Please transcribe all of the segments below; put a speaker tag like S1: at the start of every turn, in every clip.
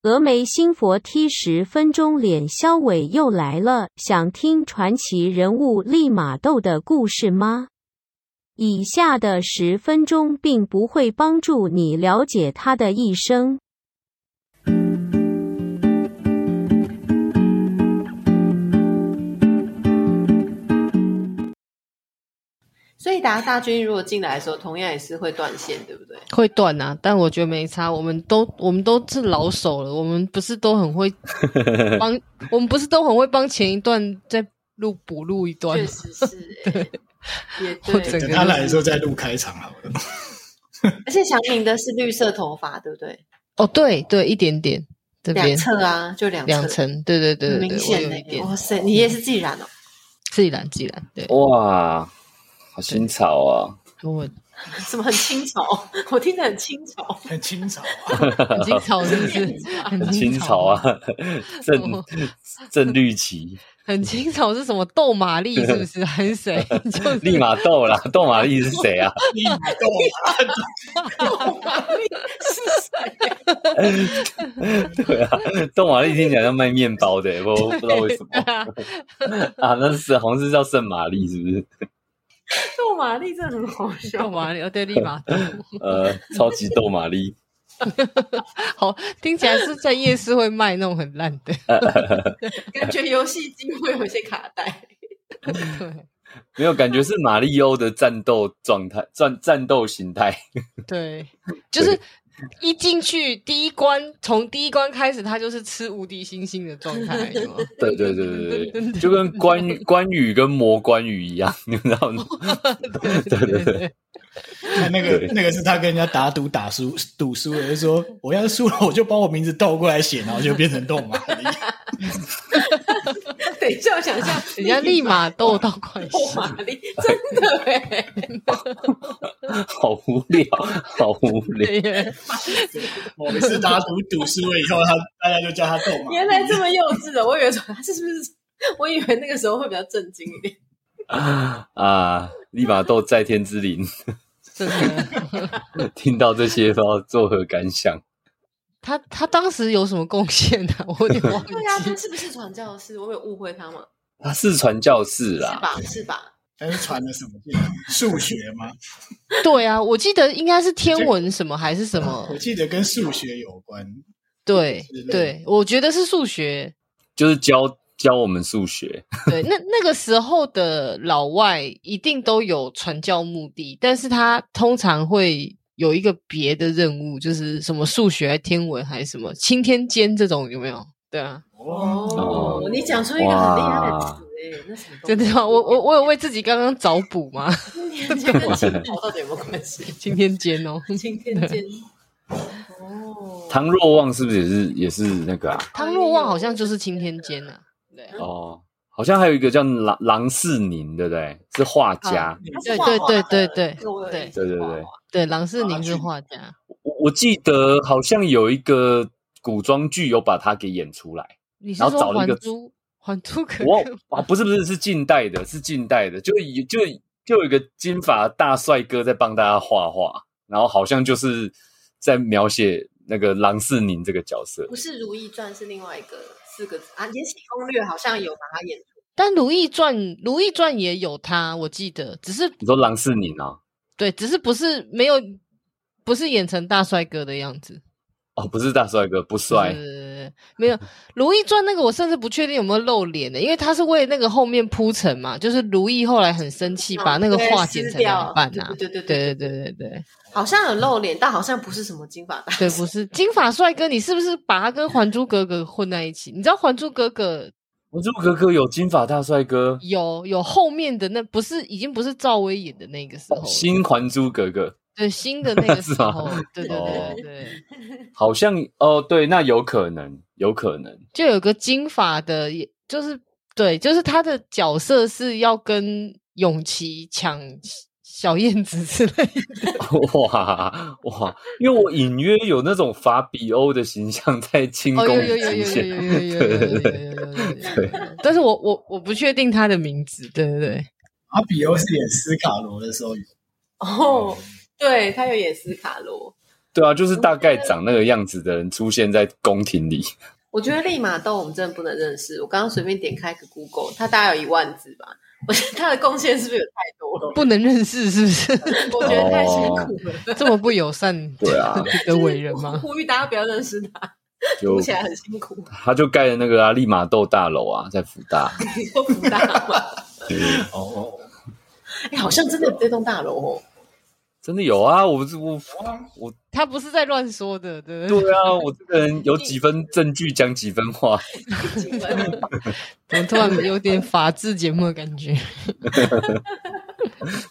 S1: 峨眉新佛踢十分钟脸肖伟又来了，想听传奇人物利玛窦的故事吗？以下的十分钟并不会帮助你了解他的一生。
S2: 所以达大军如果进来的时候，同样也是会断线，对不对？
S3: 会断啊，但我觉得没差。我们都我们都是老手了，我们不是都很 会帮，我们不是都很会帮前一段再录补录一段
S2: 确
S3: 吗？
S2: 实 是、欸，也
S3: 我整
S2: 对。
S3: 个
S4: 等他来的时候再录开场好了。
S2: 而且祥明的是绿色头发，对不对？
S3: 哦，对对，一点点这
S2: 两
S3: 边
S2: 侧啊，就两
S3: 两
S2: 侧，
S3: 层，对对对
S2: 很
S3: 对
S2: 明
S3: 对，我
S2: 显
S3: 有
S2: 的、
S3: 一点
S2: 哇塞，你也是自己染哦。
S3: 自然自然，对，
S5: 哇，好新潮啊！
S3: 我
S2: 什么很清朝？我听着很清 朝，
S4: 很清朝啊，
S3: 很清朝是不 是？很
S5: 很新潮哦啊，
S3: 清朝，
S5: 正正绿旗，
S3: 很清朝是什么？斗玛丽是不是？ 还是 谁？就是
S5: 立 马斗啦，斗马丽是谁啊？
S4: 你懂啊？
S5: 对啊，斗马丽听起来像卖面包的，我我不知道为什么啊，那是好像是叫圣玛丽，是不是？
S2: 豆玛丽真的很好笑
S3: 斗。玛丽哦，对，立马
S5: 呃，超级斗玛丽，
S3: 好，听起来是在夜市会卖那种很烂的。
S2: 感觉游戏机会有一些卡带。
S3: 对
S5: 没有感觉是马里欧的战斗状态，战战斗形态，
S3: 对，就是一进去第一关，从第一关开始，他就是吃无敌星星的状态，有吗
S5: 对对对对对，就跟关关羽跟魔关羽一样，你们知道吗？
S3: 对对对，
S4: 他那个
S5: 对
S4: 那个是他跟人家打赌打输赌输了，就说我要是输了我就把我名字倒过来写，然后就变成动马力。
S2: 等一下，我想一下，
S3: 人家立马斗到快
S2: 豆
S3: 死。
S2: 玛丽真的哎、
S5: 好无聊，好无聊。
S3: 对耶，
S4: 每次打赌赌输了以后，他大家就叫他动马力。
S2: 原来这么幼稚哦的，我以为说他是不是？我以为那个时候会比较震惊一点。
S5: 啊！利玛窦在天之灵，
S3: 真的。
S5: 听到这些不知道作何感想？
S3: 他他当时有什么贡献呢、我有点忘记。
S2: 对啊，他是不是传教士？我有误会他吗？
S5: 他是啊传教
S2: 是
S5: 士啦，
S2: 吧？是吧？
S4: 但是传了什么进来？数学吗？
S3: 对啊，我记得应该是天文什么还是什么
S4: 我？记得跟数学有关。
S3: 对
S4: 之类的
S3: 对，我觉得是数学。
S5: 就是教教我们数学。
S3: 对，那那个时候的老外一定都有传教目的，但是他通常会有一个别的任务，就是什么数学、啊天文还是什么青天监这种，有没有？对啊，
S2: 哦
S5: 哦，
S2: 你讲出一个很厉害的词哎，那什么东西？
S3: 真的吗？我我我有为自己刚刚找补吗？
S2: 今天见跟青岛到底有没有关系？
S3: 青天监哦，
S2: 今天见。哦，
S5: 唐若望是不是也是也是那个啊？
S3: 汤若望好像就是青天监啊。对啊
S5: 哦，好像还有一个叫郎郎世宁，对不对？是画家。
S2: 他是
S3: 对
S2: 画画
S3: 对
S2: 的
S3: 对对对
S2: 这个我有印象
S5: 对对对
S2: 画画
S3: 对，郎世宁是画家，
S5: 我我记得好像有一个古装剧有把他给演出来。
S3: 你是
S5: 然后
S3: 说
S5: 找了一
S3: 还
S5: 个
S3: 珠？还珠格
S5: 我
S3: 格吗？
S5: 啊，不是不是，是近代的，是近代的，就有就就有一个金发大帅哥在帮大家画画，然后好像就是在描写那个郎世宁这个角色
S2: 不是《如懿传》，是另外一个四个字啊，《延禧攻略》好像有把它演出。
S3: 但《如懿传》《如懿传》也有他，我记得，只是
S5: 你说郎世宁啊？
S3: 对，只是不是没有，不是演成大帅哥的样子，
S5: 哦，不是大帅哥，不帅
S3: 对，对对对没有《如懿传》那个，我甚至不确定有没有露脸的，因为他是为那个后面铺陈嘛，就是如懿后来很生气，把那个
S2: 嗯对
S3: 画
S2: 撕
S3: 剪成
S2: 掉
S3: 两半啊，
S2: 对对对对，
S3: 对对对对对
S2: 好像有露脸，但好像不是什么金发大。
S3: 对，不是金发帅哥，你是不是把他跟《还珠格格》混在一起？你知道《还珠格格》
S5: 我说格格有金发大帅哥，
S3: 有有后面的那不是已经不是赵薇演的那个时候了，
S5: 哦新还珠格格
S3: 对新的那个时
S5: 是啊哦吗
S3: 候，对对对对对。
S5: 好像哦，对，那有可能，有可能，
S3: 就有个金发的，也就是对，就是他的角色是要跟永琪抢小燕子之类的。
S5: 哇哇，因为我隐约有那种法比欧的形象在清
S3: 哦，
S5: 宫
S3: 有
S5: 里
S3: 有有
S5: 出
S3: 有有
S5: 现，
S3: 有有有有有有有有有有有，但是我我我不确定他的名字。对对对，
S4: 阿比欧是演斯卡罗的时候有，
S5: 嗯
S2: 哦，对他有演斯卡罗，
S5: 对啊，就是大概长那个样子的人出现在宫廷里。
S2: 我觉得利玛窦我们真的不能认识。我刚刚随便点开个 Google，它大概有一万字吧。我觉得它的贡献是不是有太多了？
S3: 不能认识是不是？
S2: 我觉得太辛苦了。
S3: 这么不友善
S5: 对 啊，
S3: 的伟人吗？
S2: 呼吁大家不要认识他，
S5: 就
S2: 读起来很辛苦。
S5: 他就盖了那个啊利玛窦大楼啊，在福大。
S2: 你说不大 吗？
S4: 哦哦，
S2: 哎、好像真的有这栋大楼哦。
S5: 真的有啊，我我我，
S3: 他不是在乱说的，对不对？
S5: 对啊，我这个人有几分证据讲几分话。
S3: 怎么突然有点法制节目的感觉？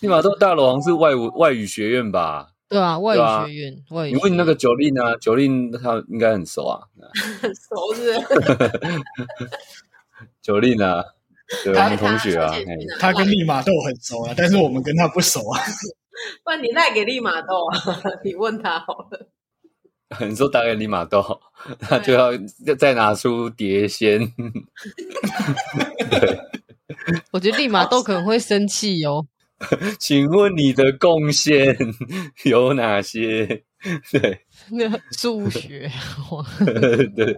S5: 利玛窦大楼好像是外语外语学院吧？
S3: 对啊，外
S5: 对啊
S3: 语学院，外语
S5: 你问那
S3: 学
S5: 个九令啊，九令他应该很熟啊，
S2: 很熟是不是？
S5: 九令啊，对我们同学啊，
S2: 他
S5: 嘿
S4: 他跟利玛窦很熟啊，但是我们跟他不熟啊。
S2: 不然你赖给利玛窦啊，你问他好了。
S5: 你说打给利玛窦，
S2: 啊
S5: 那就要再拿出碟仙，
S3: 院我觉得立马都可能会生气哦。
S5: 请问你的贡献 有哪些？ 对
S3: 那数学，哇
S5: 对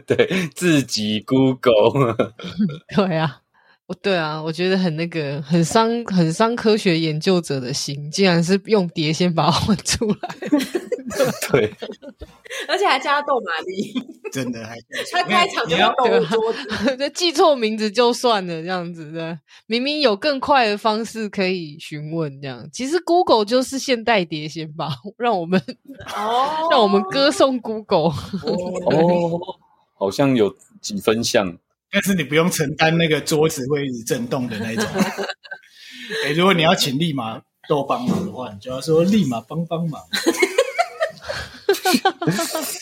S5: 对，自己 Google，
S3: 对啊，我对啊，我觉得很那个，很伤，很伤科学研究者的心，竟然是用碟先把它混出来。
S5: 对，
S2: 而且还加豆玛丽，
S4: 真的还
S2: 他开场就
S4: 你要
S2: 要豆腐桌 子，
S3: 就记错名字就算了，这样子的，明明有更快的方式可以询问，这样其实 Google 就是现代碟仙吧，让我们
S2: 哦，
S3: 让我们歌颂 Google，
S5: 哦，好像有几分像，
S4: 但是你不用承担那个桌子会一直震动 的那种。哎、如果你要请立马都帮忙的话，你就要说立马帮帮 忙。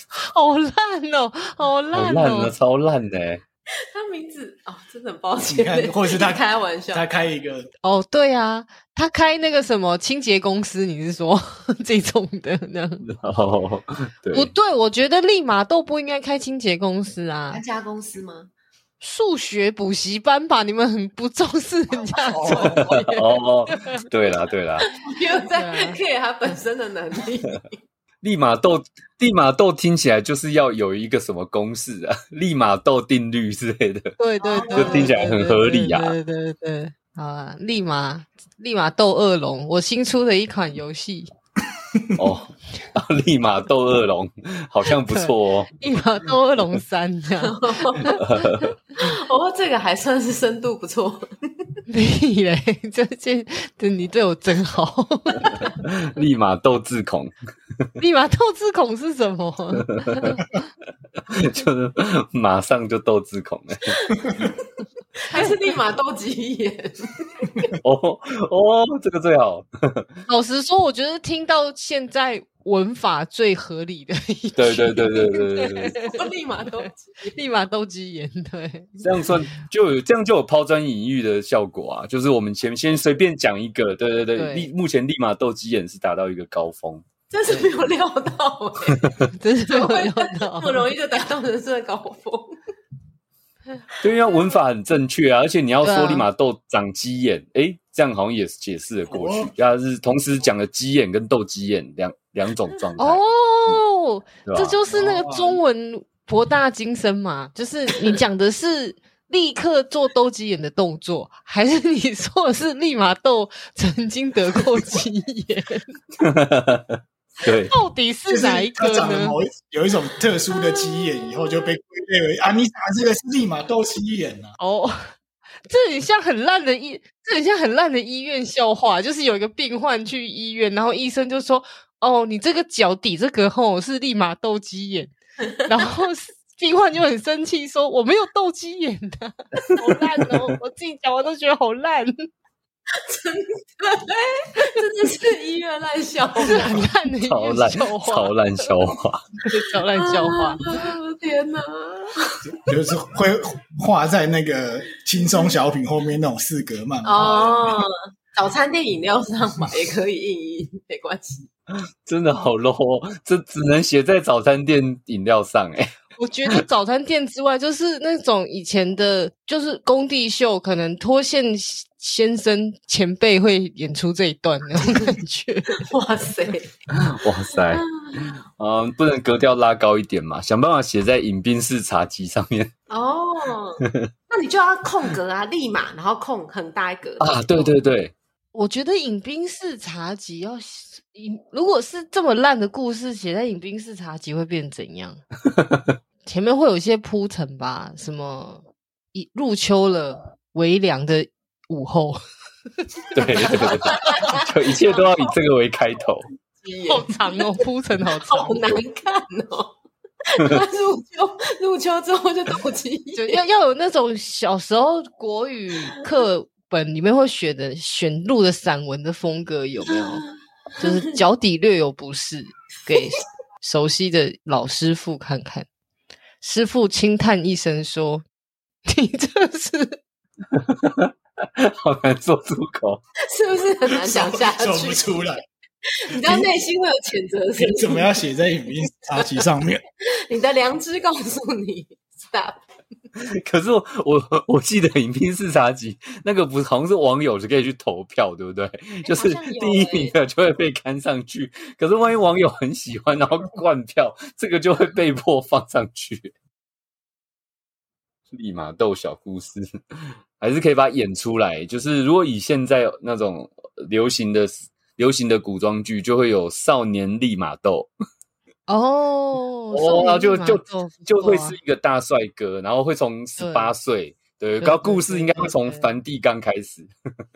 S3: 好烂哦，好
S5: 好
S3: 烂
S5: 烂啊，
S3: 哦，
S5: 超烂的欸、
S2: 他名字哦，真的很抱
S4: 你
S2: 歉
S4: 看，，或者是 他
S2: 开玩笑，
S4: 他开一 个
S3: 哦，对啊，他开那个什么清洁公司，你是说 这种的那样？
S5: 哦，对，
S3: 不对，我觉得立马都不应该开清洁公司啊
S2: 他，家公司 吗？
S3: 数学补习班吧，你们很不重视人家的专业。
S5: 哦，对啦对啦，
S2: 没有在
S3: 对
S2: care
S3: 啊
S2: 他本身的能力，
S5: 利马豆利马豆听起来就是要有一个什么公式啊， 利马豆定律之类 的。
S3: 对对对，
S5: 就听起来很合理啊
S3: 对对对对对，好啊，立马立马斗恶龙，我新出的一款游戏，
S5: 哦， 利马斗恶龙好像不错哦。
S3: 立马斗恶龙三这样，
S2: 哦，这个还算是深度不错，
S3: 屁嘞，这这这你对我真好，
S5: 利马斗自恐，
S3: 立马斗智恐是什么？
S5: 就是马上就斗自恐了。
S2: 还是立马斗鸡 眼，
S5: 哦哦，这个最好。
S3: 老实说，我觉得听到现在文法最合理的一句，
S5: 对对对对对对对，
S2: 我立马斗鸡
S3: 立马斗鸡眼，对，
S5: 这样算就有这样就有抛砖引玉的效果啊。就是我们前先随便讲一个，对对对，
S3: 对
S5: 利目前利马斗鸡眼是达到一个高峰。
S2: 真是没有料到 哎、
S3: 真是没有料
S2: 这
S3: 到，
S2: 么容易就达到人生的高峰，
S5: 对呀，文法很正确啊，而且你要
S3: 对
S5: 说
S3: 啊
S5: 利马豆长鸡眼，诶，这样好像也是解释了过去
S4: 哦，
S5: 它是同时讲了鸡眼跟斗鸡眼两两种状态，
S3: 哦，
S4: 啊
S5: 对吧
S3: 这就是那个中文博大精深嘛，就是你讲的是立刻做斗鸡眼的动作，还是你说的是立马斗曾经得过鸡眼？
S5: 对，
S3: 到底
S4: 就是是
S3: 哪一
S4: 他
S3: 个
S4: 长得
S3: 呢？
S4: 某一有一种特殊的鸡眼，以后就被归类为啊，你长这个是立马斗鸡眼啊。
S3: 哦。这很像很烂的医，这很像很烂的医院笑话，就是有一个病患去医院，然后医生就说：“哦，你这个脚底这个吼是立马斗鸡眼。”然 后病患就很生气说：“我没有斗鸡眼的，好烂哦！我自己讲完都觉得好 烂，是
S2: 真的是医院烂笑话。
S3: 很烂的医
S5: 超
S3: 院
S5: 烂
S3: 笑
S5: 超
S3: 话，
S5: 烂笑话，
S3: 超烂笑话。
S2: 啊！我的 天哪！
S4: 就是会画在那个轻松小品后面那种四格漫画。
S2: 哦，早餐店饮料上吧，也可以印一印，没关 系。
S5: 真的好 low，哦这只能写在早餐店饮料上哎、
S3: 我觉得早餐店之外，就是那种以前的，就是工地秀，可能脱线先生前辈会演出这一段那种感觉。
S2: 哇塞，
S5: 哇塞，嗯，不能格调拉高一点嘛？想办法写在饮冰式茶几上面
S2: 哦，那你就要空格啊，立马，然后空很大一格
S5: 啊！对对对，
S3: 我觉得饮冰室茶几要写饮，如果是这么烂的故事写在饮冰室茶几会变怎样？前面会有一些铺陈吧，什么一入秋了，微凉的午后，
S5: 对对对对，就一切都要以这个为开头。
S2: 鸡
S3: 好
S2: 眼
S3: 长哦，铺陈好长
S2: 好，难看 哦。那入秋入秋之后就斗鸡
S3: 就
S2: 眼，
S3: 要要有那种小时候国语课本里面会选的选录的散文的风格有没有？ 就是脚底略有不适，给熟悉的老师傅看看。师傅轻叹一声说：“你这是
S5: 好难说出口。
S2: 是不是很难
S4: 走
S2: 哦讲下
S4: 走不
S2: 去？
S4: 出来，
S2: 你知道内心会有谴责声
S4: 你怎么
S2: 音，
S4: 样写在饮冰茶几上 面？
S2: 你的良知告诉你 stop。
S5: 可是我我我记得影片视察集那个不是好像是网友是可以去投票，对不对？就
S2: 好
S5: 是
S2: 像有
S5: 第一
S2: 欸
S5: 名的就会被刊上去。可是万一网友很喜欢，然后灌票，这个就会被迫放上去。立马逗小故事，还是可以把它演出来。就是如果以现在那种流行的流行的古装剧，就会有少年立马斗。
S3: 哦，
S5: 哦，然后就就就会是
S3: 是
S5: 一个大帅哥，然后会从十八岁，对，
S3: 对
S5: 然后
S3: 对
S5: 故事
S3: 对
S5: 应该
S3: 对
S5: 会从
S3: 对
S5: 梵蒂冈开始，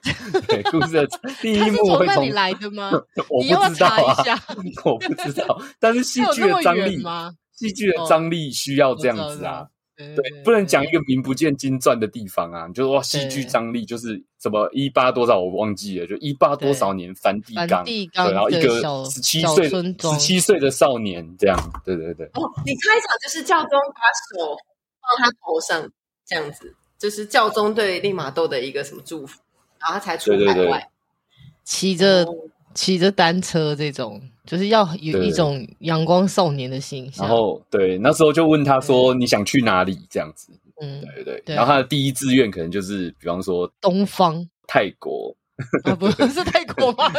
S5: 对，故事 的第一
S3: 他是
S5: 幕
S3: 从
S5: 会
S3: 那
S5: 从
S3: 里 来的吗？
S5: 我
S3: 你要不要
S5: 不知道
S3: 查一
S5: 啊，
S3: 下？
S5: 我不知道，但是戏
S3: 有
S5: 剧
S3: 那么
S5: 的张
S3: 远
S5: 力，
S3: 吗
S5: 戏剧的
S3: 哦
S5: 张力需要
S3: 我
S5: 这样
S3: 知道
S5: 子啊，，
S3: 对
S5: 对，不能讲一个名不见经传的地方啊，你就说哇，戏剧
S3: 对
S5: 张力就是什么一八多少我忘记了，就一八多
S3: 对
S5: 少年梵蒂
S3: 梵
S5: 冈，
S3: 蒂
S5: 对，
S3: 冈
S5: 然后一
S3: 的
S5: 个
S3: 小
S5: 十七
S3: 小
S5: 岁
S3: 村
S5: 十
S3: 庄
S5: 七岁的少年这样，对对对。
S2: 哦，你开场就是教宗把手放他头上这样子，就是教宗对利玛窦的一个什么祝福，然后他才出海
S5: 对
S2: 外。
S5: 对对
S3: 骑着
S2: 哦
S3: 骑着单车这种，就是要有
S5: 对
S3: 一种阳光少年的形象。
S5: 然，后对，那时候就问他说你想去哪里这样子，
S3: 嗯，
S5: 对对
S3: 对
S5: 对。然后他的第一志愿可能就是，比方说
S3: 东方
S5: 泰国，
S3: 啊，不是泰国吗？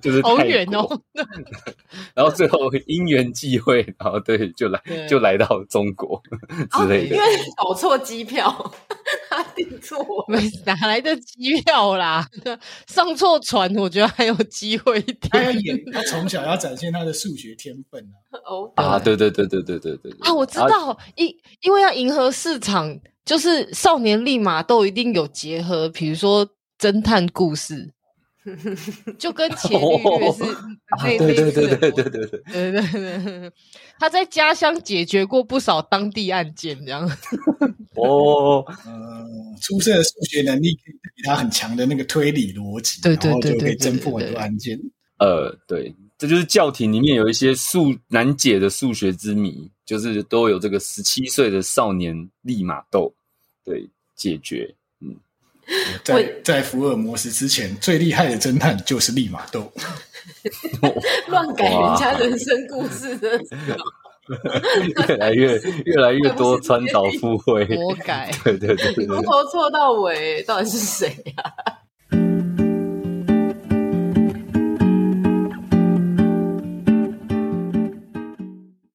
S5: 就 是
S3: 好
S5: 泰
S3: 远
S5: 国
S3: 哦。
S5: 然后最后因缘际会，然后对就来
S3: 对哦
S5: 就来到中国 之类
S2: 哦因
S5: 的。
S2: 为搞错机票， 他订错。
S3: 没哪来的机票啦？ 上错船，我觉得还有机会一
S4: 他
S5: 哎
S4: 要
S3: 点
S4: 演，他从小要展现他的数学天分啊。
S2: 哦，
S5: 啊，对对对对对对对对
S3: 啊！我知，道，因、因为要迎合市场，就是少年立马都一定有结合，比如说侦探故事，就 跟伽利略是
S5: 啊
S3: 类
S5: 对
S3: 类
S5: 对对
S3: 似
S5: 对
S3: 的
S5: 对
S3: 东西
S5: 对对对，
S3: 对对对对，他在家乡解决过不少当地案件，这样。
S5: 哦，
S4: 嗯，出色的数学能力可以给他很强的那个推理逻辑，
S3: 对对
S4: 然后就
S3: 对
S4: 可
S3: 对
S4: 以侦破很多案件。
S5: 呃，对，这就是教廷里面有一些数难解的数学之谜，就是都有这个十七岁的少年利玛窦对解决。
S4: 在在福尔摩斯之前，最厉害的侦探就是利玛窦。
S2: 乱改人家人生故事，真的是
S5: 越来越越来越多川岛富会，
S3: 魔改
S5: 对对对对对
S2: 从头错到尾，到底是谁呀、